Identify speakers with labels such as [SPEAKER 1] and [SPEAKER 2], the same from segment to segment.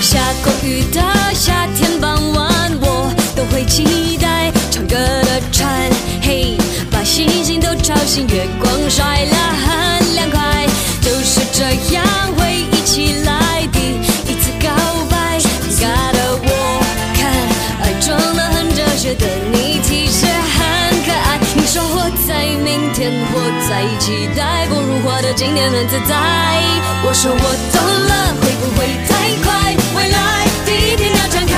[SPEAKER 1] 下过雨的夏天傍晚，我都会期待唱歌的蝉，嘿，把星星都吵醒，月光晒了很凉快，就是这样回忆起来第一次告白，尴尬的我看，爱装得很哲学的你其实很可爱，你说活在明天，活在期待，不如活得今天很自在，我说我懂了，会不会太快？未来第一天要展开，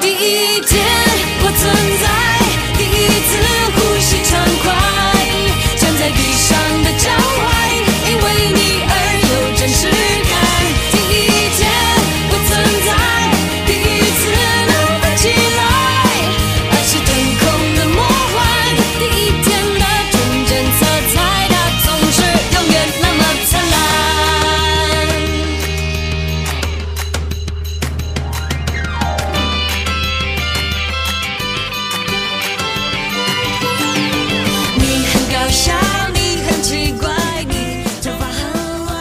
[SPEAKER 1] 第一天我存在，第一次呼吸畅快，站在地上的脚踝，因为你而有真实感。第一天我存在，第一次能飞起来，爱是天空的魔幻，第一天的纯真色彩，它总是永远那么灿烂。你很搞笑，你很奇怪，你头发很乱。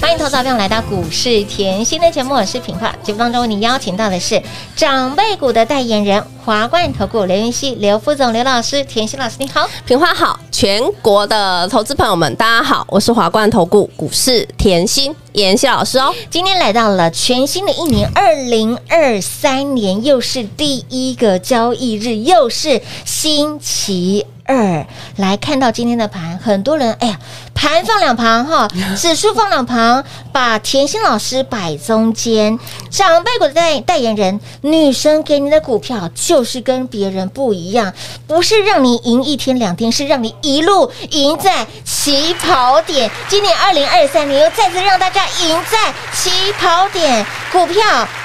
[SPEAKER 2] 欢迎投资者朋友来到股市甜心的节目，我是品化。节目当中，你邀请到的是长辈股的代言人华冠投顾刘云熙、刘副总、刘老师、甜心老师，你好。
[SPEAKER 3] 平花好，全国的投资朋友们，大家好，我是华冠投顾股市甜心妍希老师哦。
[SPEAKER 2] 今天来到了全新的一年，二零二三年，又是第一个交易日，又是星期二。来看到今天的盘，很多人哎呀，盘放两旁哈，指数放两旁，把甜心老师摆中间。长辈股的代代言人，女生给你的股票就是跟别人不一样，不是让你赢一天两天，是让你一路赢在起跑点。今年二零二三年又再次让大家赢在起跑点，股票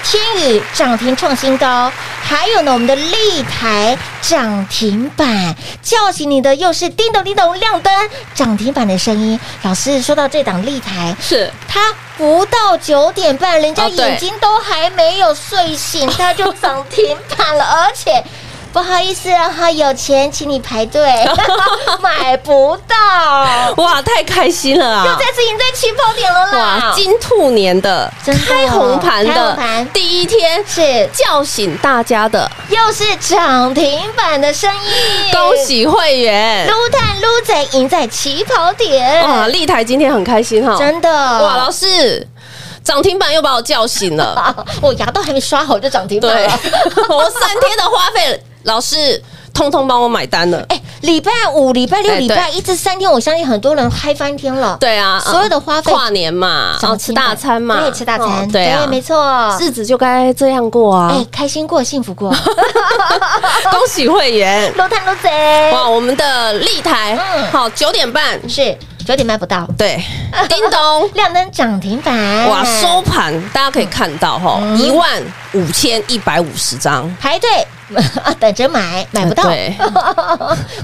[SPEAKER 2] 天宇涨停创新高，还有呢我们的立台涨停板，叫醒你的又是叮咚叮咚亮灯涨停板的声音。老师说到这档立台，
[SPEAKER 3] 是
[SPEAKER 2] 它不到九点半，人家
[SPEAKER 3] 哦对
[SPEAKER 2] 眼睛都还没有睡 醒，它就涨停板了，而且。不好意思啊，哈，有钱请你排 队，买不到，
[SPEAKER 3] 哇，太开心了啊！
[SPEAKER 2] 再次赢在起跑点了啦！
[SPEAKER 3] 哇，金兔年的
[SPEAKER 2] 真的
[SPEAKER 3] 开红盘
[SPEAKER 2] 开红
[SPEAKER 3] 的
[SPEAKER 2] 盘
[SPEAKER 3] 第一天，
[SPEAKER 2] 是
[SPEAKER 3] 叫醒大家的，
[SPEAKER 2] 又是涨停板的声音，
[SPEAKER 3] 恭喜会员！
[SPEAKER 2] 撸蛋撸贼赢在起跑点，
[SPEAKER 3] 哇，立台今天很开心哈、
[SPEAKER 2] 真的
[SPEAKER 3] 哇，老师涨停板又把我叫 醒了，
[SPEAKER 2] 啊我牙都还没刷好就涨停
[SPEAKER 3] 对
[SPEAKER 2] 板了。
[SPEAKER 3] 我三天的花费，老师通通帮我买单了。
[SPEAKER 2] 哎，礼拜五、礼拜六、
[SPEAKER 3] 哎对
[SPEAKER 2] 礼拜一这三天，我相信很多人嗨翻天了。
[SPEAKER 3] 对啊，
[SPEAKER 2] 所有的花费
[SPEAKER 3] 跨年嘛，然
[SPEAKER 2] 涨
[SPEAKER 3] 后啊吃
[SPEAKER 2] 停板，
[SPEAKER 3] 大餐嘛，
[SPEAKER 2] 对，吃大
[SPEAKER 3] 哦
[SPEAKER 2] 餐，
[SPEAKER 3] 对啊，
[SPEAKER 2] 没错，
[SPEAKER 3] 日子就该这样过啊
[SPEAKER 2] 哎，！开心过，幸福 过，
[SPEAKER 3] 恭喜会员，
[SPEAKER 2] 撸蛋撸贼，
[SPEAKER 3] 哇，我们的立台
[SPEAKER 2] 嗯，
[SPEAKER 3] 好，九点半，
[SPEAKER 2] 是九点半不到，，
[SPEAKER 3] 对，叮咚
[SPEAKER 2] 亮灯涨停板，
[SPEAKER 3] 哇，收盘，大家可以看到哈，
[SPEAKER 2] 嗯
[SPEAKER 3] 一万五千一百五十张，
[SPEAKER 2] 排队 啊等着买，买不到，
[SPEAKER 3] 对，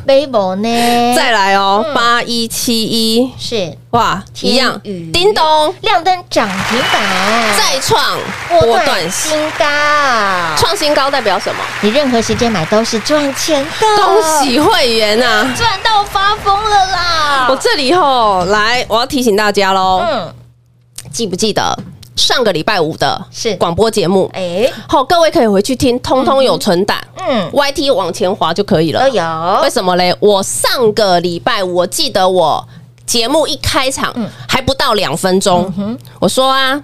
[SPEAKER 2] 微博呢？
[SPEAKER 3] 再来哦
[SPEAKER 2] 嗯，
[SPEAKER 3] 八一七一，
[SPEAKER 2] 是
[SPEAKER 3] 哇，
[SPEAKER 2] 天
[SPEAKER 3] 一样，
[SPEAKER 2] 宇嗯
[SPEAKER 3] 叮咚，
[SPEAKER 2] 亮灯涨停板，
[SPEAKER 3] 再创波
[SPEAKER 2] 波段
[SPEAKER 3] 段
[SPEAKER 2] 新高，
[SPEAKER 3] 创新高，代表什么？
[SPEAKER 2] 你任何时间买都是赚钱的，
[SPEAKER 3] 恭喜会员啊！
[SPEAKER 2] 赚到发疯了啦！
[SPEAKER 3] 我这里吼，来，我要提醒大家喽，
[SPEAKER 2] 嗯，
[SPEAKER 3] 记不记得上个礼拜五的
[SPEAKER 2] 是
[SPEAKER 3] 广播节目？
[SPEAKER 2] 哎，
[SPEAKER 3] 好，各位可以回去听，通通有存档、
[SPEAKER 2] 嗯，哎
[SPEAKER 3] y t 往前滑就可以了
[SPEAKER 2] 都。有
[SPEAKER 3] 为，什么嘞？我上个礼拜我记得我节目一开场、
[SPEAKER 2] 嗯
[SPEAKER 3] 还不到两分钟，我说啊，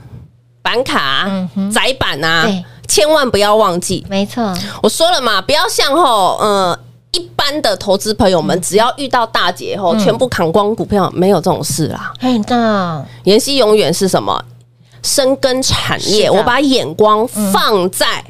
[SPEAKER 3] 板卡、啊
[SPEAKER 2] 嗯哼
[SPEAKER 3] 窄板啊
[SPEAKER 2] 对，
[SPEAKER 3] 千万不要忘记。
[SPEAKER 2] 没错，
[SPEAKER 3] 我说了嘛，不要像吼，呃。一般的投资朋友们，只要遇到大姐吼，
[SPEAKER 2] 嗯
[SPEAKER 3] 全部扛光股票，没有这种事啦。
[SPEAKER 2] 嘿哦的，
[SPEAKER 3] 妍希永远是什么？深耕产
[SPEAKER 2] 是
[SPEAKER 3] 业，
[SPEAKER 2] 的
[SPEAKER 3] 我把眼光放在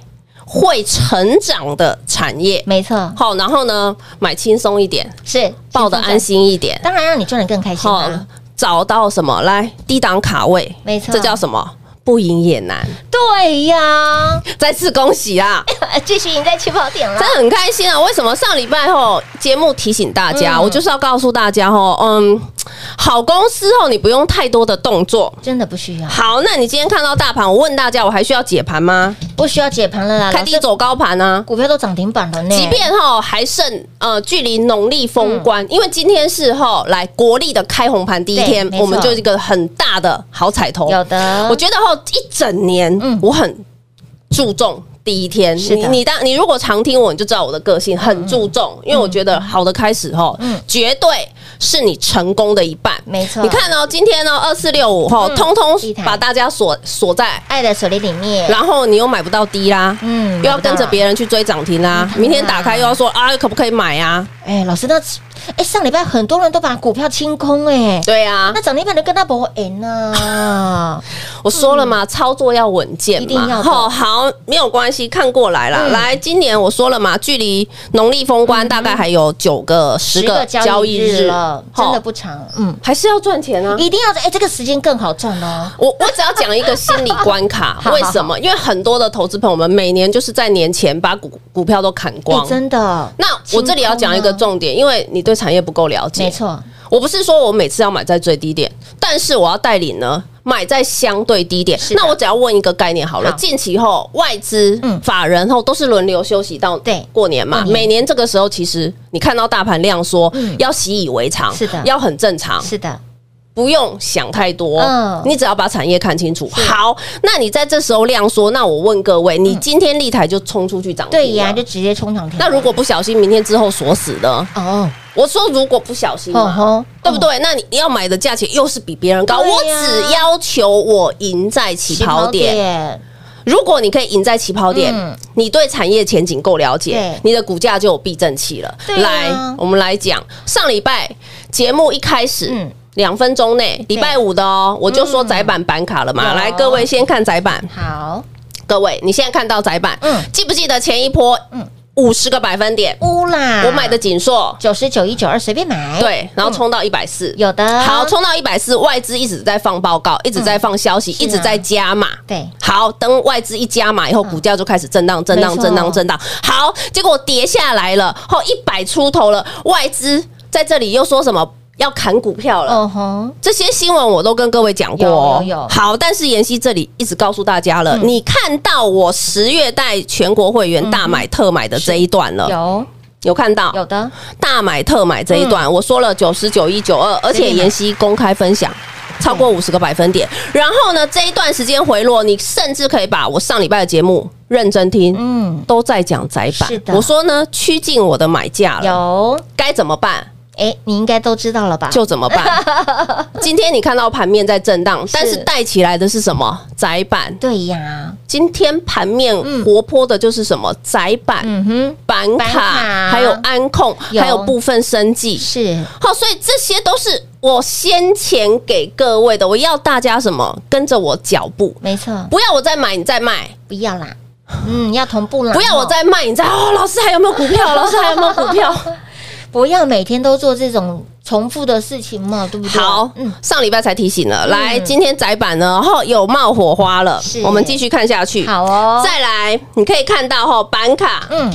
[SPEAKER 3] 会成长的产业。
[SPEAKER 2] 没错，
[SPEAKER 3] 好，然后呢，买轻松一点，
[SPEAKER 2] 是
[SPEAKER 3] 抱得安，心一点。
[SPEAKER 2] 当然让你赚的更开心
[SPEAKER 3] 好
[SPEAKER 2] 啊。，
[SPEAKER 3] 找到什么来低档卡位？
[SPEAKER 2] 没错
[SPEAKER 3] 这叫什么？不赢也难。
[SPEAKER 2] 对呀，
[SPEAKER 3] 再次恭喜啊！
[SPEAKER 2] 继续赢在起跑点了
[SPEAKER 3] 真。的很开心啊！为什么上礼拜后节目提醒大家，
[SPEAKER 2] 嗯
[SPEAKER 3] 我就是要告诉大家哦，嗯，好公司哦，你不用太多的动作。
[SPEAKER 2] 真的不需要，
[SPEAKER 3] 好，那你今天看到大盘，我问大家，我还需要解盘吗？
[SPEAKER 2] 不需要解盘了啦。
[SPEAKER 3] 开
[SPEAKER 2] 老
[SPEAKER 3] 低
[SPEAKER 2] 师，嗯
[SPEAKER 3] 走高盘啊！
[SPEAKER 2] 股票都涨停板了呢。
[SPEAKER 3] 即便哈还剩呃距离农历封
[SPEAKER 2] 嗯
[SPEAKER 3] 关，因为今天是哈来国历的开红盘第一
[SPEAKER 2] 对
[SPEAKER 3] 天，
[SPEAKER 2] 没错
[SPEAKER 3] 我们就一个很大的好彩头。
[SPEAKER 2] 有的，
[SPEAKER 3] 我觉得哈一整年，
[SPEAKER 2] 嗯
[SPEAKER 3] 我很注重第一天。
[SPEAKER 2] 是
[SPEAKER 3] 你
[SPEAKER 2] 的嗯
[SPEAKER 3] 你当你如果常听我，你就知道我的个性很注重，因为我觉得好的开始哈，绝对是你成功的一半。
[SPEAKER 2] 没错嗯
[SPEAKER 3] 你看哦，今天呢二四六五哈，通通
[SPEAKER 2] 地毯
[SPEAKER 3] 把大家锁锁在，
[SPEAKER 2] 爱的锁链里面，
[SPEAKER 3] 然后你又买不到低啦，
[SPEAKER 2] 嗯
[SPEAKER 3] 又要跟着别人去追涨停啦，明天打开又要说啊可不可以买啊？
[SPEAKER 2] 哎，老师，那哎上礼拜很多人都把股票清空哎，
[SPEAKER 3] 对啊
[SPEAKER 2] 那，涨停板的跟他不赢啊呐。
[SPEAKER 3] 我说了嘛，操作要稳健
[SPEAKER 2] 嗯一定
[SPEAKER 3] 嘛
[SPEAKER 2] 要。的嗯
[SPEAKER 3] 吼好，没有关系，看过来啦。来，今年我说了嘛，距离农历封关大概还有九个、 十
[SPEAKER 2] 10
[SPEAKER 3] 个交易日
[SPEAKER 2] 了，真的
[SPEAKER 3] 吼
[SPEAKER 2] 不长，嗯，
[SPEAKER 3] 还是要赚钱啊。
[SPEAKER 2] 一定要哎，这个时间更好赚哦。
[SPEAKER 3] 我我只要讲一个心理关卡
[SPEAKER 2] 好，
[SPEAKER 3] 为什么？因为很多的投资朋友们每年就是在年前把股股票都砍光
[SPEAKER 2] 哎，。真的，
[SPEAKER 3] 那我这里要讲一个重点，因为你对产业不够了解。
[SPEAKER 2] 没错，
[SPEAKER 3] 我不是说我每次要买在最低点，但是我要带领呢买在相对低点
[SPEAKER 2] 是。的
[SPEAKER 3] 那我只要问一个概念好了，
[SPEAKER 2] 好
[SPEAKER 3] 近期后外资、
[SPEAKER 2] 嗯
[SPEAKER 3] 法人后都是轮流休息到
[SPEAKER 2] 对
[SPEAKER 3] 过年嘛
[SPEAKER 2] 嗯过，年
[SPEAKER 3] 每年这个时候其实你看到大盘量缩，
[SPEAKER 2] 嗯
[SPEAKER 3] 要习以为常，
[SPEAKER 2] 是的
[SPEAKER 3] 要很正常，
[SPEAKER 2] 是的，
[SPEAKER 3] 不用想太多，
[SPEAKER 2] 嗯
[SPEAKER 3] 你只要把产业看清楚。
[SPEAKER 2] 是嗯
[SPEAKER 3] 好，那你在这时候量缩，那我问各位，你今天立台就冲出去涨停
[SPEAKER 2] 哦
[SPEAKER 3] 了
[SPEAKER 2] 对呀，就直接冲涨停。
[SPEAKER 3] 那如果不小心明天之后锁死的，
[SPEAKER 2] 哦，
[SPEAKER 3] 我说如果不小心啊
[SPEAKER 2] 吼
[SPEAKER 3] 嘛，
[SPEAKER 2] 吼，
[SPEAKER 3] 对不对？那你要买的价钱又是比别人高，
[SPEAKER 2] 哦对呀
[SPEAKER 3] 我只要求我赢在起
[SPEAKER 2] 起
[SPEAKER 3] 跑
[SPEAKER 2] 跑
[SPEAKER 3] 点。
[SPEAKER 2] 点，
[SPEAKER 3] 如果你可以赢在起跑点
[SPEAKER 2] 嗯，
[SPEAKER 3] 你对产业前景够了解
[SPEAKER 2] 对，
[SPEAKER 3] 你的股价就有避震器了
[SPEAKER 2] 对。啊
[SPEAKER 3] 来，我们来讲上礼拜节目一开始
[SPEAKER 2] 嗯。
[SPEAKER 3] 两分钟内，礼拜五的哦，我就说窄板板卡了嘛。
[SPEAKER 2] 有
[SPEAKER 3] 来，各位先看窄板，
[SPEAKER 2] 好，
[SPEAKER 3] 各位你现在看到窄板，
[SPEAKER 2] 嗯
[SPEAKER 3] 记不记得前一波
[SPEAKER 2] 嗯啊
[SPEAKER 3] 五十个百分点，
[SPEAKER 2] 乌啦，
[SPEAKER 3] 我买的紧硕，
[SPEAKER 2] 九十九一九二随便买，，
[SPEAKER 3] 对，然后
[SPEAKER 2] 嗯
[SPEAKER 3] 冲到一百四，
[SPEAKER 2] 有的，
[SPEAKER 3] 好，冲到一百四，外资一直在放报告，一直在放消息，
[SPEAKER 2] 嗯是啊
[SPEAKER 3] 一直在加码。
[SPEAKER 2] 对，
[SPEAKER 3] 好，等外资一加码以后，股价就开始震荡、震
[SPEAKER 2] 没
[SPEAKER 3] 荡、
[SPEAKER 2] 错
[SPEAKER 3] 震荡、震荡。好，结果跌下来了，后一百出头了，外资在这里又说什么要砍股票了。
[SPEAKER 2] 哦吼，
[SPEAKER 3] 这些新闻我都跟各位讲过、哦，
[SPEAKER 2] 有有嗯有
[SPEAKER 3] 好，但是妍希这里一直告诉大家了，你看到我十月带全国会员大买特买的这一段了，
[SPEAKER 2] 嗯有
[SPEAKER 3] 有看到？
[SPEAKER 2] 有的，
[SPEAKER 3] 大买特买这一
[SPEAKER 2] 嗯
[SPEAKER 3] 段，我说了九十九一九二，而且妍希公开分享。超过五十个百分点，然后呢，这一段时间回落，你甚至可以把我上礼拜的节目认真听，
[SPEAKER 2] 嗯，
[SPEAKER 3] 都在讲窄板
[SPEAKER 2] 是。的
[SPEAKER 3] 我说呢，趋近我的买价了，
[SPEAKER 2] 有，
[SPEAKER 3] 该怎么办
[SPEAKER 2] 哎，你应该都知道了吧？
[SPEAKER 3] 就怎么办。 今天你看到盘面在震荡，但是带起来的是什么？窄板。
[SPEAKER 2] 对呀，
[SPEAKER 3] 今天盘面活泼的就是什么？窄板、
[SPEAKER 2] 嗯哼，
[SPEAKER 3] 板
[SPEAKER 2] 板卡
[SPEAKER 3] 卡，还有安控，
[SPEAKER 2] 有
[SPEAKER 3] 还有部分生技。
[SPEAKER 2] 是
[SPEAKER 3] 好，所以这些都是我先前给各位的，我要大家什么跟着我脚步，
[SPEAKER 2] 没错，
[SPEAKER 3] 不要我再买你再卖，
[SPEAKER 2] 不要啦，嗯，要同步啦，
[SPEAKER 3] 不要我
[SPEAKER 2] 哦
[SPEAKER 3] 再卖你再哦，老师还有没有股 票？老师还有没有股票？
[SPEAKER 2] 不要每天都做这种重复的事情嘛，对不对？
[SPEAKER 3] 好，
[SPEAKER 2] 嗯，
[SPEAKER 3] 上礼拜才提醒了，来
[SPEAKER 2] 嗯
[SPEAKER 3] 今天窄板呢，然后有冒火花了
[SPEAKER 2] 是，
[SPEAKER 3] 我们继续看下去。
[SPEAKER 2] 好哦，
[SPEAKER 3] 再来，你可以看到哈、板卡
[SPEAKER 2] 嗯，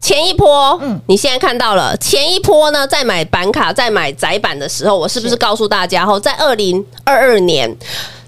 [SPEAKER 3] 前一波，
[SPEAKER 2] 嗯
[SPEAKER 3] 你现在看到了前一波呢，在买板卡、在买窄板的时候，我是不是
[SPEAKER 2] 是
[SPEAKER 3] 告诉大家，哈，在二零二二年，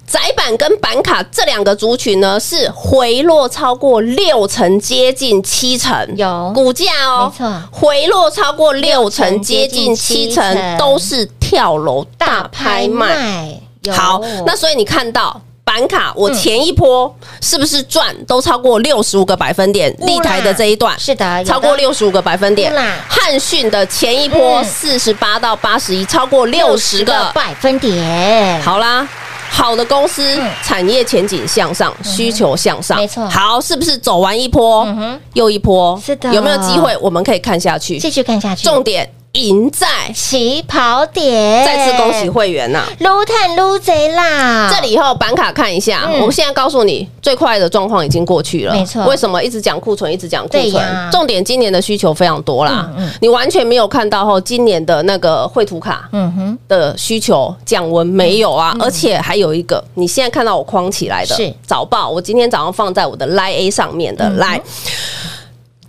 [SPEAKER 3] 窄板跟板卡这两个族群呢是回落超过六成，接近七成，
[SPEAKER 2] 有
[SPEAKER 3] 股价哦，
[SPEAKER 2] 没错
[SPEAKER 3] 回落超过六成，接近七
[SPEAKER 2] 接近七
[SPEAKER 3] 成
[SPEAKER 2] 成，
[SPEAKER 3] 都是跳楼大拍卖。
[SPEAKER 2] 卖，有嗯
[SPEAKER 3] 好，那所以你看到。板卡，我前一波是不是赚都超过六十五个百分点？
[SPEAKER 2] 啦
[SPEAKER 3] 立台的这一段
[SPEAKER 2] 是的有的
[SPEAKER 3] 超过六十五个百分点
[SPEAKER 2] 有啦。
[SPEAKER 3] 汉讯的前一波
[SPEAKER 2] 嗯
[SPEAKER 3] 四十八到八十一，超过六十个。
[SPEAKER 2] 百分点，
[SPEAKER 3] 好啦，好的公司
[SPEAKER 2] 嗯
[SPEAKER 3] 产业前景向上，需求向上，
[SPEAKER 2] 没错
[SPEAKER 3] 好，是不是走完一波
[SPEAKER 2] 嗯哼
[SPEAKER 3] 又一波？
[SPEAKER 2] 是的
[SPEAKER 3] 有没有机会？我们可以看下去。
[SPEAKER 2] 继续看下去，
[SPEAKER 3] 重点，赢在
[SPEAKER 2] 起跑点，
[SPEAKER 3] 再次恭喜会员啊呐、
[SPEAKER 2] 撸探撸贼啦！
[SPEAKER 3] 这里以后板卡看一下，
[SPEAKER 2] 嗯
[SPEAKER 3] 我们现在告诉你，最快的状况已经过去了。
[SPEAKER 2] 没错
[SPEAKER 3] 为什么一直讲库存，一直讲库
[SPEAKER 2] 对呀嗯
[SPEAKER 3] 存？重点今年的需求非常多啦，你完全没有看到后今年的那个绘图卡
[SPEAKER 2] 嗯哼，
[SPEAKER 3] 的需求降温没有啊？而且还有一个，你现在看到我框起来的
[SPEAKER 2] 嗯是嗯
[SPEAKER 3] 早报，我今天早上放在我的 Line A 上面的来，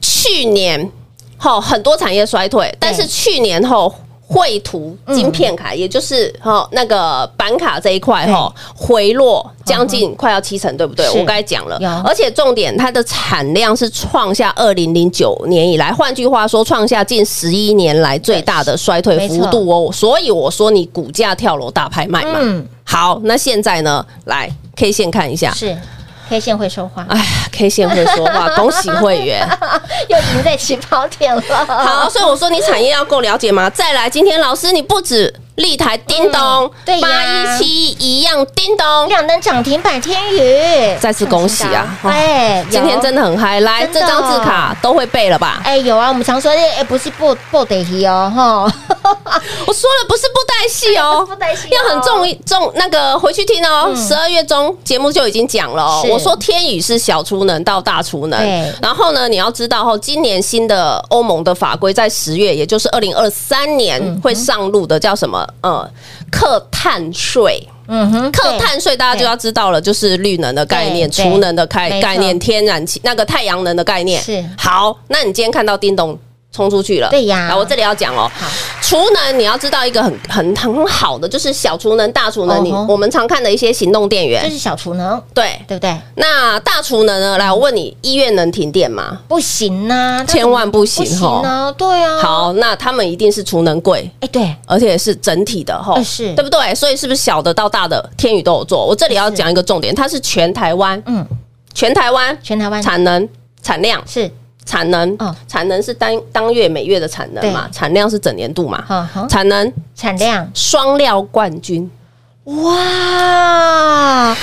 [SPEAKER 3] 去年后很多产业衰退，但是去年后。绘图
[SPEAKER 2] 嗯
[SPEAKER 3] 晶片卡，也就是哈那个板卡这一块哈，回落将近快要七成，对不对？
[SPEAKER 2] 嗯是
[SPEAKER 3] 我该讲了
[SPEAKER 2] 有，
[SPEAKER 3] 而且重点它的产量是创下二零零九年以来，换句话说，创下近十一年来最大的衰退
[SPEAKER 2] 没
[SPEAKER 3] 幅
[SPEAKER 2] 错
[SPEAKER 3] 度哦，所以我说你股价跳楼大拍卖嘛。
[SPEAKER 2] 嗯，
[SPEAKER 3] 好，那现在呢，来 K 线看一下。
[SPEAKER 2] 是 K 线会说话，
[SPEAKER 3] 哎呀，K 线会说话， 恭喜会员。
[SPEAKER 2] 又赢在起跑点了。
[SPEAKER 3] 好，所以我说你产业要够了解嘛。再来，今天老师你不止立台叮咚，
[SPEAKER 2] 嗯对呀
[SPEAKER 3] 八一七一样叮咚，
[SPEAKER 2] 亮灯涨停板天宇，
[SPEAKER 3] 再次恭喜啊
[SPEAKER 2] 创新高哎，有
[SPEAKER 3] 今天真的很嗨。来，
[SPEAKER 2] 真的
[SPEAKER 3] 这
[SPEAKER 2] 哦
[SPEAKER 3] 张字卡都会背了吧？
[SPEAKER 2] 哎有啊，我们常说哎不是不不得已哦 哈，
[SPEAKER 3] 我说了不是不带戏哦，
[SPEAKER 2] 不带戏哦
[SPEAKER 3] 要很重重那个回去听哦。十二月中节目就已经讲了哦，
[SPEAKER 2] 嗯是
[SPEAKER 3] 我说天宇是小厨能到大厨
[SPEAKER 2] 对
[SPEAKER 3] 能，然后呢，你要知道哦，今年新的欧盟的法规在十月，也就是二零二三年
[SPEAKER 2] 嗯
[SPEAKER 3] 会上路的，叫什么？呃，课碳税。
[SPEAKER 2] 嗯哼，
[SPEAKER 3] 课
[SPEAKER 2] 对
[SPEAKER 3] 碳税大家就要知道了，就是绿能的概念、
[SPEAKER 2] 对
[SPEAKER 3] 储能的概
[SPEAKER 2] 没错
[SPEAKER 3] 概念、天然气那个太阳能的概念。
[SPEAKER 2] 是
[SPEAKER 3] 好，那你今天看到叮咚冲出去了，
[SPEAKER 2] 对呀
[SPEAKER 3] 来我这里要讲哦
[SPEAKER 2] 啊好，
[SPEAKER 3] 储能你要知道一个很很很好的，就是小储能、大储能，你
[SPEAKER 2] 哦吼
[SPEAKER 3] 我们常看的一些行动电
[SPEAKER 2] 就
[SPEAKER 3] 源，
[SPEAKER 2] 是小厨能，
[SPEAKER 3] 对。
[SPEAKER 2] 对不对？
[SPEAKER 3] 那大储能呢？来，我问你，医院能停电吗？
[SPEAKER 2] 不行呐，那
[SPEAKER 3] 千万不行哦
[SPEAKER 2] 不行啊，对啊，，
[SPEAKER 3] 好，那他们一定是储能柜，
[SPEAKER 2] 哎对，
[SPEAKER 3] 而且是整体的吼，
[SPEAKER 2] 呃是
[SPEAKER 3] 对不对？所以是不是小的到大的天宇都有做？我这里要讲一个重点，它是全台湾，
[SPEAKER 2] 嗯，
[SPEAKER 3] 全台湾
[SPEAKER 2] 全台湾
[SPEAKER 3] 产能、产量、
[SPEAKER 2] 是，
[SPEAKER 3] 产能
[SPEAKER 2] 嗯，
[SPEAKER 3] 产能是当当月每月的产能嘛，产量是整年度嘛，
[SPEAKER 2] 嗯哼，
[SPEAKER 3] 产能
[SPEAKER 2] 产量
[SPEAKER 3] 双料冠军。
[SPEAKER 2] 哇，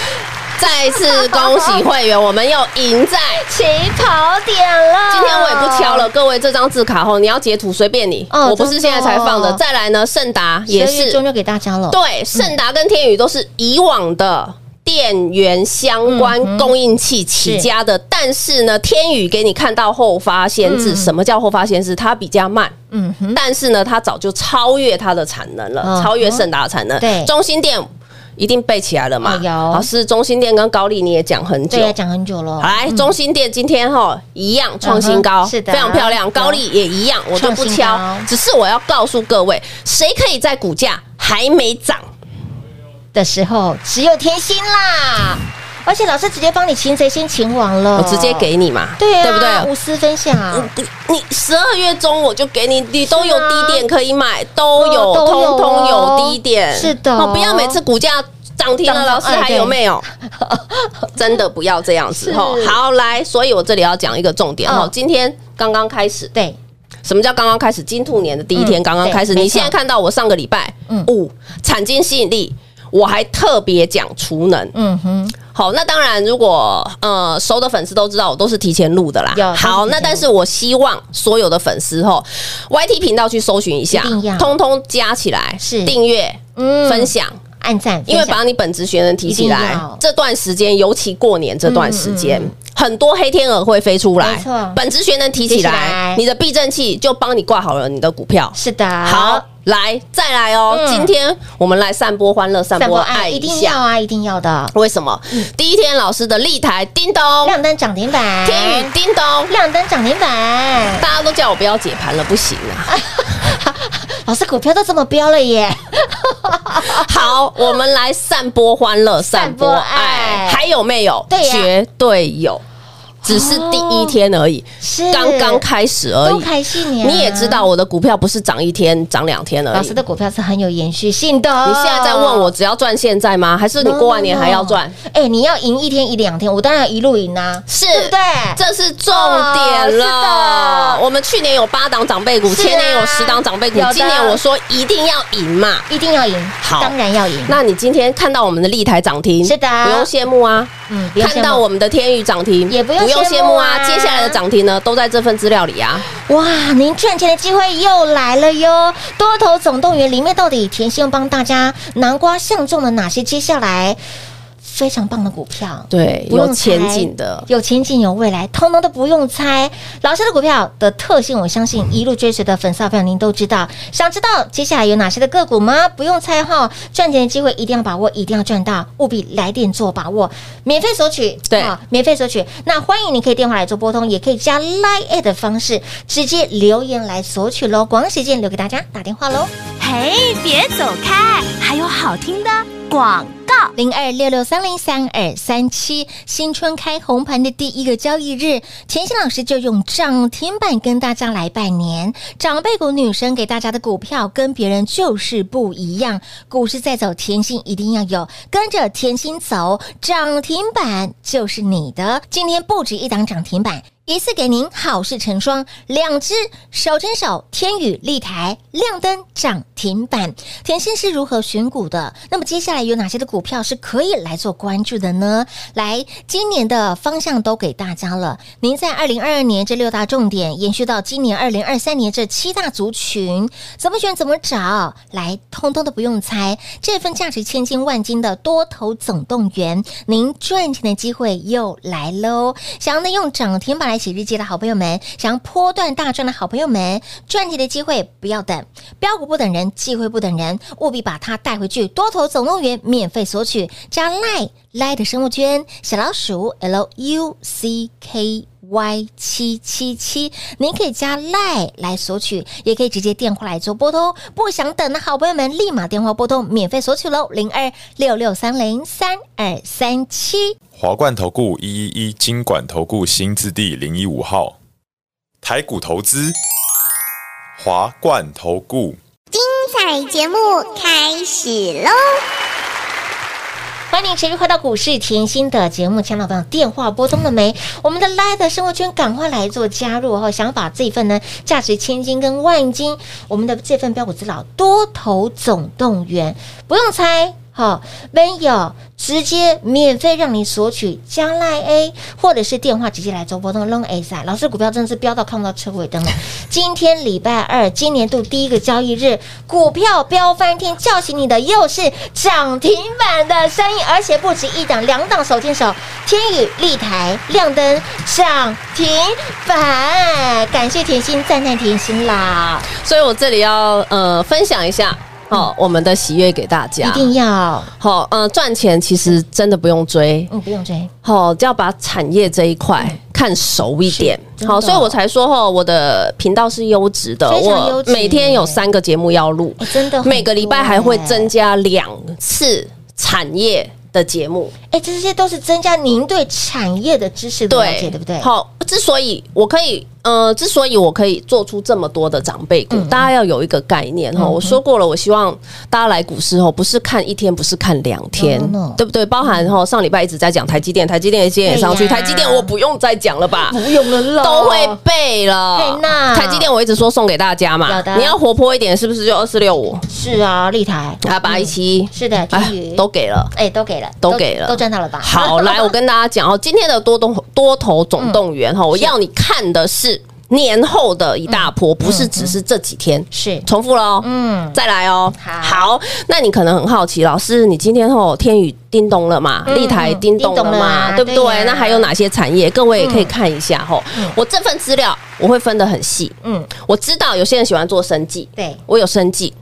[SPEAKER 3] 再次恭喜会员，我们又赢在。
[SPEAKER 2] 起跑点了，
[SPEAKER 3] 今天我也不敲了，。各位这张字卡后你要截图随便你，
[SPEAKER 2] 哦
[SPEAKER 3] 我不是
[SPEAKER 2] 真
[SPEAKER 3] 现
[SPEAKER 2] 的
[SPEAKER 3] 在
[SPEAKER 2] 哦
[SPEAKER 3] 才放的。再来呢，盛达也
[SPEAKER 2] 12月
[SPEAKER 3] 是
[SPEAKER 2] 中就给大家了，
[SPEAKER 3] 对，盛达跟天宇都是以往的。电源相
[SPEAKER 2] 嗯
[SPEAKER 3] 关供应器起家的，但是呢，天宇给你看到后发先至，什么叫后发先至？它比较慢，
[SPEAKER 2] 嗯哼，
[SPEAKER 3] 但是呢，它早就超越它的产能了，
[SPEAKER 2] 嗯
[SPEAKER 3] 超越盛达的产能。
[SPEAKER 2] 对
[SPEAKER 3] 中心店一定背起来了嘛
[SPEAKER 2] 哎？有
[SPEAKER 3] 老师，中心店跟高丽你也讲很久
[SPEAKER 2] 对，啊，讲很久了，
[SPEAKER 3] 好来，中心店今天哈一样创新
[SPEAKER 2] 嗯
[SPEAKER 3] 高，
[SPEAKER 2] 哼是的
[SPEAKER 3] 非常漂亮。
[SPEAKER 2] 有
[SPEAKER 3] 高丽也一样，我都不
[SPEAKER 2] 创新高
[SPEAKER 3] 敲，只是我要告诉各位，谁可以在股价还没涨，
[SPEAKER 2] 的时候只有甜心啦，而且老师直接帮你擒贼先擒王了，
[SPEAKER 3] 我直接，给你嘛，
[SPEAKER 2] 对啊，
[SPEAKER 3] 对不对
[SPEAKER 2] 无？私分享，
[SPEAKER 3] 你嗯你十二月中我就给你，你都有
[SPEAKER 2] 是啊
[SPEAKER 3] 低点可以买，都有，
[SPEAKER 2] 哦都有
[SPEAKER 3] 通通
[SPEAKER 2] 哦
[SPEAKER 3] 有低点，
[SPEAKER 2] 是的
[SPEAKER 3] 哦不要每次股价。涨停了，
[SPEAKER 2] 涨
[SPEAKER 3] 老师
[SPEAKER 2] 哎
[SPEAKER 3] 还
[SPEAKER 2] 对
[SPEAKER 3] 有 没有？真的不要这样子
[SPEAKER 2] 是
[SPEAKER 3] 哦。好，来，所以我这里要讲一个重点哦
[SPEAKER 2] 嗯。
[SPEAKER 3] 今天刚刚开始，
[SPEAKER 2] 对，
[SPEAKER 3] 什么叫刚刚开始？金兔年的第一天
[SPEAKER 2] 嗯
[SPEAKER 3] 刚刚开始，
[SPEAKER 2] 对
[SPEAKER 3] 你现在
[SPEAKER 2] 没错
[SPEAKER 3] 看到我上个礼拜
[SPEAKER 2] 嗯
[SPEAKER 3] 五产经吸引力，我还特别讲储能。
[SPEAKER 2] 嗯哼，
[SPEAKER 3] 好，那当然，如果呃熟的粉丝都知道，我都是提前录的啦
[SPEAKER 2] 有都。是
[SPEAKER 3] 好，
[SPEAKER 2] 提前录
[SPEAKER 3] 那但是我希望所有的粉丝吼，YT 频道去搜寻一下
[SPEAKER 2] 一定要，
[SPEAKER 3] 通通加起来
[SPEAKER 2] 是
[SPEAKER 3] 订阅、
[SPEAKER 2] 嗯
[SPEAKER 3] 分享。
[SPEAKER 2] 按赞，
[SPEAKER 3] 因为
[SPEAKER 2] 分享
[SPEAKER 3] 把你本职学能提起
[SPEAKER 2] 一定
[SPEAKER 3] 来
[SPEAKER 2] 要，
[SPEAKER 3] 这段时间，尤其过年这段时间。
[SPEAKER 2] 嗯嗯
[SPEAKER 3] 很多黑天鹅会飞出来，
[SPEAKER 2] 没错
[SPEAKER 3] 本职学能提起
[SPEAKER 2] 提起来
[SPEAKER 3] 来，你的避震器就帮你挂好了你的股票。
[SPEAKER 2] 是的，
[SPEAKER 3] 好，，来再来哦！
[SPEAKER 2] 嗯
[SPEAKER 3] 今天我们来散播欢乐，散
[SPEAKER 2] 散
[SPEAKER 3] 播
[SPEAKER 2] 播爱
[SPEAKER 3] 爱
[SPEAKER 2] 一
[SPEAKER 3] 一
[SPEAKER 2] 定要
[SPEAKER 3] 下。
[SPEAKER 2] 啊，一定要的，
[SPEAKER 3] 为什么？第一天老师的立台叮咚，
[SPEAKER 2] 嗯亮灯涨停板，
[SPEAKER 3] 天宇叮咚，
[SPEAKER 2] 亮灯涨停板，
[SPEAKER 3] 大家都叫我不要解盘了，不行啊！
[SPEAKER 2] 老师股票都这么飙了耶，
[SPEAKER 3] 好，我们来散播欢乐，散
[SPEAKER 2] 啊散播
[SPEAKER 3] 播
[SPEAKER 2] 爱
[SPEAKER 3] 爱，还有没有？
[SPEAKER 2] 对呀
[SPEAKER 3] 绝对有，只是第一天而已，
[SPEAKER 2] 是
[SPEAKER 3] 刚刚开始而
[SPEAKER 2] 哦都
[SPEAKER 3] 已。
[SPEAKER 2] 开心年，
[SPEAKER 3] 你也知道，我的股票不是涨一天、涨两天而
[SPEAKER 2] 老
[SPEAKER 3] 已
[SPEAKER 2] 师。的股票是很有延续性的哦，
[SPEAKER 3] 你现在在问我，只要赚现在吗？还是你过完年还要赚？
[SPEAKER 2] No, no, no？哎、你要赢一天一两天，我当然要一路赢啊，
[SPEAKER 3] 是
[SPEAKER 2] 对不对？
[SPEAKER 3] 这是重点
[SPEAKER 2] 哦
[SPEAKER 3] 了
[SPEAKER 2] 是。的
[SPEAKER 3] 我们去年有八档长辈股，
[SPEAKER 2] 是啊
[SPEAKER 3] 前年有十档长辈股
[SPEAKER 2] 有的，
[SPEAKER 3] 今年我说一定要赢嘛。
[SPEAKER 2] 一定要赢，
[SPEAKER 3] 好
[SPEAKER 2] 当然要赢。
[SPEAKER 3] 那你今天看到我们的立台涨停，
[SPEAKER 2] 是的
[SPEAKER 3] 不用羡慕啊。
[SPEAKER 2] 嗯，不用
[SPEAKER 3] 看到
[SPEAKER 2] 羡慕
[SPEAKER 3] 我们的天宇涨停，
[SPEAKER 2] 也不用
[SPEAKER 3] 用
[SPEAKER 2] 羡
[SPEAKER 3] 羡
[SPEAKER 2] 慕
[SPEAKER 3] 慕
[SPEAKER 2] 啊
[SPEAKER 3] 啊，接下来的涨停呢，都在这份资料里啊。
[SPEAKER 2] 哇，您赚钱的机会又来了哟！多头总动员里面到底甜心帮大家南瓜相中了哪些？接下来非常棒的股票，
[SPEAKER 3] 对，
[SPEAKER 2] 不用
[SPEAKER 3] 有前景的
[SPEAKER 2] 猜，有前景、有未来，通通都不用猜。老师的股票的特性，我相信一路追随的粉丝好朋友您都知道。想知道接下来有哪些的个股吗？不用猜哈，赚钱的机会一定要把握，一定要赚到，务必来电做把握，免费索取，
[SPEAKER 3] 对
[SPEAKER 2] 啊免费索取。那欢迎你可以电话来做拨通，也可以加 Line at 的方式直接留言来索取喽。广告时间留给大家打电话喽。
[SPEAKER 4] 嘿，别走开，还有好听的广告。
[SPEAKER 2] 零二六六三零三二三七，新春开红盘的第一个交易日，甜心老师就用涨停板跟大家来拜年。长辈股女生给大家的股票跟别人就是不一样，股市在走，甜心一定要有，跟着甜心走，涨停板就是你的。今天不止一档涨停板。一次给您好事成双，两只手牵手，天宇立台亮灯涨停板。甜心是如何选股的？那么接下来有哪些的股票是可以来做关注的呢？来，今年的方向都给大家了。您在二零二二年这六大重点延续到今年二零二三年这七大族群，怎么选怎么找，来，通通都不用猜。这份价值千金万金的多头总动员，您赚钱的机会又来喽！想要呢用涨停板来写日记的好朋友们，想要波段大赚的好朋友们，赚钱的机会不要等，标股不等人，机会不等人，务必把它带回去。多头总动员免费索取，加赖赖的生物圈小老鼠 L U C K。Y 七七七，您可以加 Line 来索取，也可以直接电话来做拨通。不想等的好朋友们，立马电话拨通，免费索取喽，零二六六三零三二三七。
[SPEAKER 5] 华冠投顾一一一金管投顾新字第零一五号，台股投资，华冠投顾。
[SPEAKER 6] 彩节目开始喽！
[SPEAKER 2] 欢迎持续回到股市甜心的节目，前老板电话拨通了没？我们的 Light 的生活圈赶快来做加入哦！想把这份呢价值千金跟万金，我们的这份标股资料多头总动员，不用猜。好、没有直接免费让你索取加赖 A，或者是电话直接来做拨通 Long A 啊赛。老师股票真的是飙到看不到车尾灯了。 今天礼拜二，今年度第一个交易日，股票飙翻天，叫醒你的又是涨停板的声音，而且不止一档，两档手牵手，天宇、立台、亮灯涨停板，感谢甜心，赞叹甜心啦，
[SPEAKER 3] 所以我这里要呃分享一下。哦，我们的喜悦给大
[SPEAKER 2] 嗯
[SPEAKER 3] 家。
[SPEAKER 2] 一定要，
[SPEAKER 3] 好，呃，赚钱其实真的不用追，
[SPEAKER 2] 嗯，不用追，
[SPEAKER 3] 好，就要把产业这一块看熟一点。
[SPEAKER 2] 嗯真的
[SPEAKER 3] 好，所以我才说哈，我的频道是优质的，
[SPEAKER 2] 非常优
[SPEAKER 3] 我
[SPEAKER 2] 质
[SPEAKER 3] 每天有三个节目要录
[SPEAKER 2] 哎，真的很多
[SPEAKER 3] 每个礼拜还会增加两次产业的节目。
[SPEAKER 2] 哎，这些都是增加您对产业的知识的了解，对不对？
[SPEAKER 3] 好，之所以我可以，呃，之所以我可以做出这么多的长辈
[SPEAKER 2] 嗯
[SPEAKER 3] 股，大家要有一个概念哈。我说过了，我希望大家来股市后，不是看一天，不是看两天
[SPEAKER 2] No, no, no，
[SPEAKER 3] 对不对？包含哈，上礼拜一直在讲台积电，台积电今天也上
[SPEAKER 2] 嗯
[SPEAKER 3] 去，
[SPEAKER 2] 哎对呀
[SPEAKER 3] 台积电我不用再讲了吧。
[SPEAKER 2] 不用了啦哎
[SPEAKER 3] 都会背了
[SPEAKER 2] 嘿呐，
[SPEAKER 3] 台积电我一直说送给大家嘛
[SPEAKER 2] 有的，
[SPEAKER 3] 你要活泼一点，是不是就二四六五
[SPEAKER 2] 是啊，立台
[SPEAKER 3] 啊八一七一？
[SPEAKER 2] 嗯是的，
[SPEAKER 3] 哎
[SPEAKER 2] 天宇
[SPEAKER 3] 都给了。
[SPEAKER 2] 哎都给了，
[SPEAKER 3] 都给了
[SPEAKER 2] 都赚到了吧？
[SPEAKER 3] 好，来，我跟大家讲哦，今天的多动多头总动
[SPEAKER 2] 嗯
[SPEAKER 3] 员哈，我要你看的是年后的一大波，不是只是这几天。
[SPEAKER 2] 是，
[SPEAKER 3] 重复喽，
[SPEAKER 2] 嗯，
[SPEAKER 3] 再来哦。
[SPEAKER 2] 好
[SPEAKER 3] 好，那你可能很好奇，老师，你今天吼天宇叮咚了嘛？
[SPEAKER 2] 嗯
[SPEAKER 3] 立台叮咚
[SPEAKER 2] 叮
[SPEAKER 3] 了
[SPEAKER 2] 咚了啊
[SPEAKER 3] 嘛？对不
[SPEAKER 2] 对呀嗯
[SPEAKER 3] 对？那还有哪些产业？各位也可以看一下吼。我这份资料我会分得很细，
[SPEAKER 2] 嗯，
[SPEAKER 3] 我知道有些人喜欢做生计，
[SPEAKER 2] 对
[SPEAKER 3] 我有生计。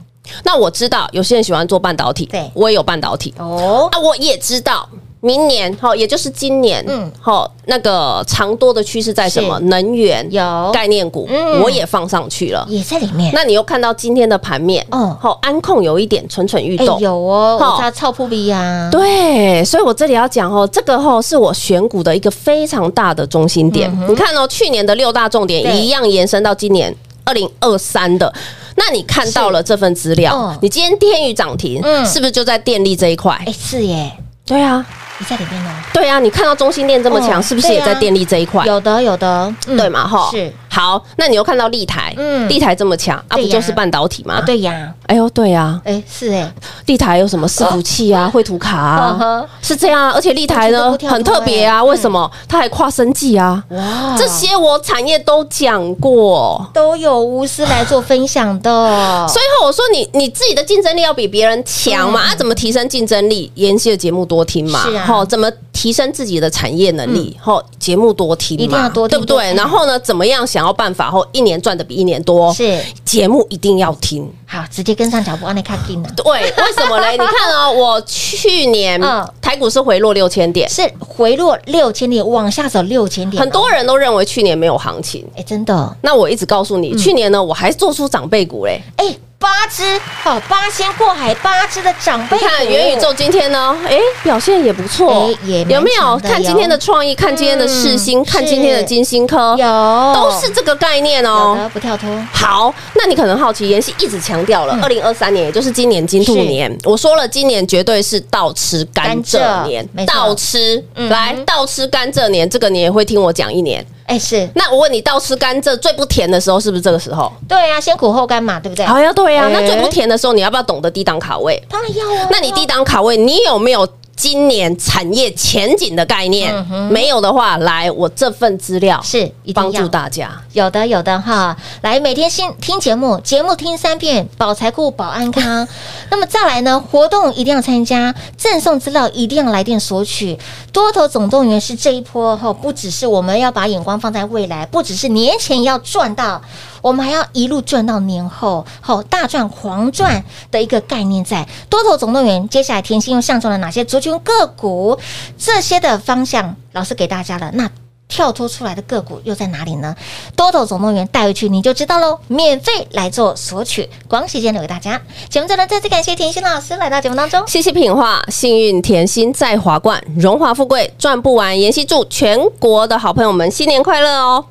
[SPEAKER 3] 那我知道有些人喜欢做半导体，
[SPEAKER 2] 对
[SPEAKER 3] 我也有半导体。
[SPEAKER 2] 哦，
[SPEAKER 3] 啊，我也知道。明年哈，也就是今年，
[SPEAKER 2] 嗯
[SPEAKER 3] 嗯，好，那个长多的趋势在什么？
[SPEAKER 2] 是
[SPEAKER 3] 能源
[SPEAKER 2] 有
[SPEAKER 3] 概念股，
[SPEAKER 2] 嗯
[SPEAKER 3] 我也放上去了。
[SPEAKER 2] 也在里面。
[SPEAKER 3] 那你又看到今天的盘面，
[SPEAKER 2] 嗯
[SPEAKER 3] 嗯，好，安控有一点蠢蠢欲
[SPEAKER 2] 哎、
[SPEAKER 3] 动，
[SPEAKER 2] 有哦，
[SPEAKER 3] 好
[SPEAKER 2] 我知道臭扑鼻啊呀，
[SPEAKER 3] 对，所以我这里要讲哦，这个哦是我选股的一个非常大的中心点。你看哦，去年的六大重点
[SPEAKER 2] 嗯对
[SPEAKER 3] 一样延伸到今年二零二三的。那你看到了这份资料，
[SPEAKER 2] 嗯
[SPEAKER 3] 你今天天宇涨停，
[SPEAKER 2] 嗯
[SPEAKER 3] 是不是就在电力这一块？
[SPEAKER 2] 哎、是耶，
[SPEAKER 3] 对啊，
[SPEAKER 2] 也在里面哦，
[SPEAKER 3] 对啊，你看到中心店这么
[SPEAKER 2] 哦
[SPEAKER 3] 强，是不是也
[SPEAKER 2] 对
[SPEAKER 3] 在
[SPEAKER 2] 啊
[SPEAKER 3] 电力这一块？
[SPEAKER 2] 有的有的，嗯
[SPEAKER 3] 对嘛？哈，
[SPEAKER 2] 是
[SPEAKER 3] 好，那你又看到立台，台，
[SPEAKER 2] 嗯
[SPEAKER 3] 立台这么强啊，
[SPEAKER 2] 对
[SPEAKER 3] 不
[SPEAKER 2] 呀
[SPEAKER 3] 就是半导体吗？
[SPEAKER 2] 啊，，对呀，
[SPEAKER 3] 哎呦，对呀，
[SPEAKER 2] 哎，是哎，
[SPEAKER 3] 立台有什么伺服器啊、绘图卡
[SPEAKER 2] 嗯哼
[SPEAKER 3] 啊，是这样啊。而且立台
[SPEAKER 2] 我觉得
[SPEAKER 3] 呢
[SPEAKER 2] 不跳脱
[SPEAKER 3] 很特别啊，
[SPEAKER 2] 哎
[SPEAKER 3] 为什么？它还跨生技啊，
[SPEAKER 2] 哇，
[SPEAKER 3] 这些我产业都讲过。
[SPEAKER 2] 都有无私来做分享的，
[SPEAKER 3] 所以后我说你你自己的竞争力要比别人强嘛，啊，怎么提升竞争力？妍希的节目多听嘛
[SPEAKER 2] 嗯是啊，嗯
[SPEAKER 3] 齁怎么提升自己的产业能力？吼，节目多听嘛，
[SPEAKER 2] 一定要多听啊
[SPEAKER 3] 对不
[SPEAKER 2] 多
[SPEAKER 3] 对？
[SPEAKER 2] 听
[SPEAKER 3] 然后呢，怎么样想要办法？后一年赚的比一年多，
[SPEAKER 2] 是
[SPEAKER 3] 节目一定要听。
[SPEAKER 2] 好，直接跟上脚步，安内卡啊进了，
[SPEAKER 3] 对，为什么嘞？你看 哦，我去年
[SPEAKER 2] 嗯
[SPEAKER 3] 台股是回落六千点，
[SPEAKER 2] 是啊回落六千点，往下走六千点，哦
[SPEAKER 3] 很多，人都认为去年没有行情。
[SPEAKER 2] 哎，真的，
[SPEAKER 3] 那我一直告诉
[SPEAKER 2] 嗯
[SPEAKER 3] 你，去年呢，我还做出长辈股嘞。
[SPEAKER 2] 哎，八只，好，八仙过海，八只的长辈
[SPEAKER 3] 你
[SPEAKER 2] 股，
[SPEAKER 3] 看元宇宙今天呢，哎，表现也不错
[SPEAKER 2] 哎，也蛮
[SPEAKER 3] 有没有？
[SPEAKER 2] 强的
[SPEAKER 3] 看
[SPEAKER 2] 哟
[SPEAKER 3] 今天的创意，看今天的世
[SPEAKER 2] 嗯
[SPEAKER 3] 星，看
[SPEAKER 2] 是
[SPEAKER 3] 今天的金星科，
[SPEAKER 2] 有，
[SPEAKER 3] 都是这个概念
[SPEAKER 2] 有
[SPEAKER 3] 哦
[SPEAKER 2] 的。不跳脱，
[SPEAKER 3] 好，那你可能好奇，妍希一直强调
[SPEAKER 2] 嗯
[SPEAKER 3] 了，二零二三年，也就是今年金兔年，我说了，今年绝对是倒吃甘蔗年
[SPEAKER 2] 甘蔗没，错
[SPEAKER 3] 倒吃
[SPEAKER 2] 嗯
[SPEAKER 3] 来倒吃甘蔗年，这个你也会听我讲一年。
[SPEAKER 2] 哎，是
[SPEAKER 3] 那我问你，倒吃甘蔗最不甜的时候是不是这个时候？
[SPEAKER 2] 对呀，先苦后甘嘛，对不对？
[SPEAKER 3] 好呀，对呀，
[SPEAKER 2] 哎
[SPEAKER 3] 那最不甜的时候，你要不要懂得低档卡位？
[SPEAKER 2] 当然要啊，
[SPEAKER 3] 那你低档卡位，你有没有今年产业前景的概念？没有的话，来我这份资料
[SPEAKER 2] 嗯是一定
[SPEAKER 3] 帮助
[SPEAKER 2] 要
[SPEAKER 3] 大家。
[SPEAKER 2] 有的有的哈，来每天先听节目，节目听三遍，保财库、保安康。那么再来呢，活动一定要参加，赠送资料一定要来电索取。多头总动员是这一波哈，不只是我们要把眼光放在未来，不只是年前要赚到，我们还要一路赚到年后，吼大赚狂赚的一个概念在。多头总动员，接下来甜心又上中了哪些族群个股？这些的方向，老师给大家了。那跳脱出来的个股又在哪里呢？多头总动员带回去你就知道喽，免费来做索取，光时间留给大家。节目最后呢，再次感谢甜心老师来到节目当中。
[SPEAKER 3] 谢谢品画，幸运甜心在华冠，荣华富贵赚不完。妍希祝全国的好朋友们新年快乐哦！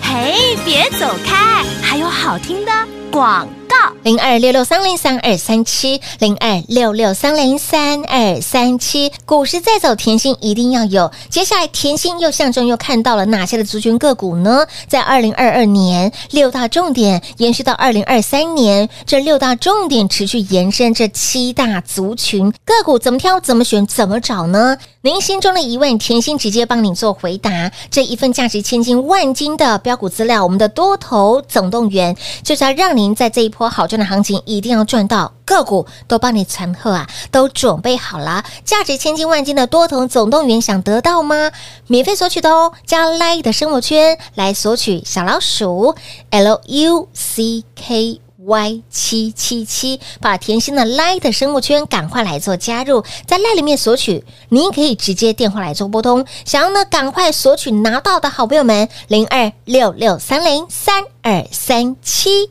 [SPEAKER 4] 嘿，别走开，还有好听的广告。
[SPEAKER 2] 零二六六三零三二三七，零二六六三零三二三七。股市再走，甜心一定要有。接下来，甜心又象征又看到了哪些的族群个股呢？在二零二二年六大重点延续到二零二三年，这六大重点持续延伸这七大族群个股，怎么挑？怎么选？怎么找呢？您心中的疑问，甜心直接帮你做回答。这一份价值千金万金的标股资料，我们的多头总动员，就是要让您在这一波好赚的行情一定要赚到，个股都帮你传贺啊，都准备好啦。价值千金万金的多头总动员想得到吗？免费索取的哦，加 Line 的生活圈来索取小老鼠 L U C K。Y 七七七，把甜心的 Line 的生活圈赶快来做加入，在 Line 里面索取，您可以直接电话来做拨通。想要呢，赶快索取拿到的好朋友们，零二六六三零三二三七。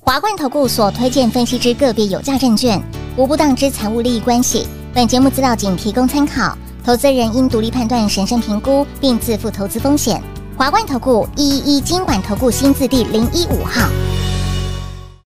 [SPEAKER 7] 华冠投顾所推荐分析之个别有价证券，无不当之财务利益关系。本节目资料仅提供参考，投资人应独立判断、审慎评估，并自负投资风险。华冠投顾一一一金管投顾新字第零一五号。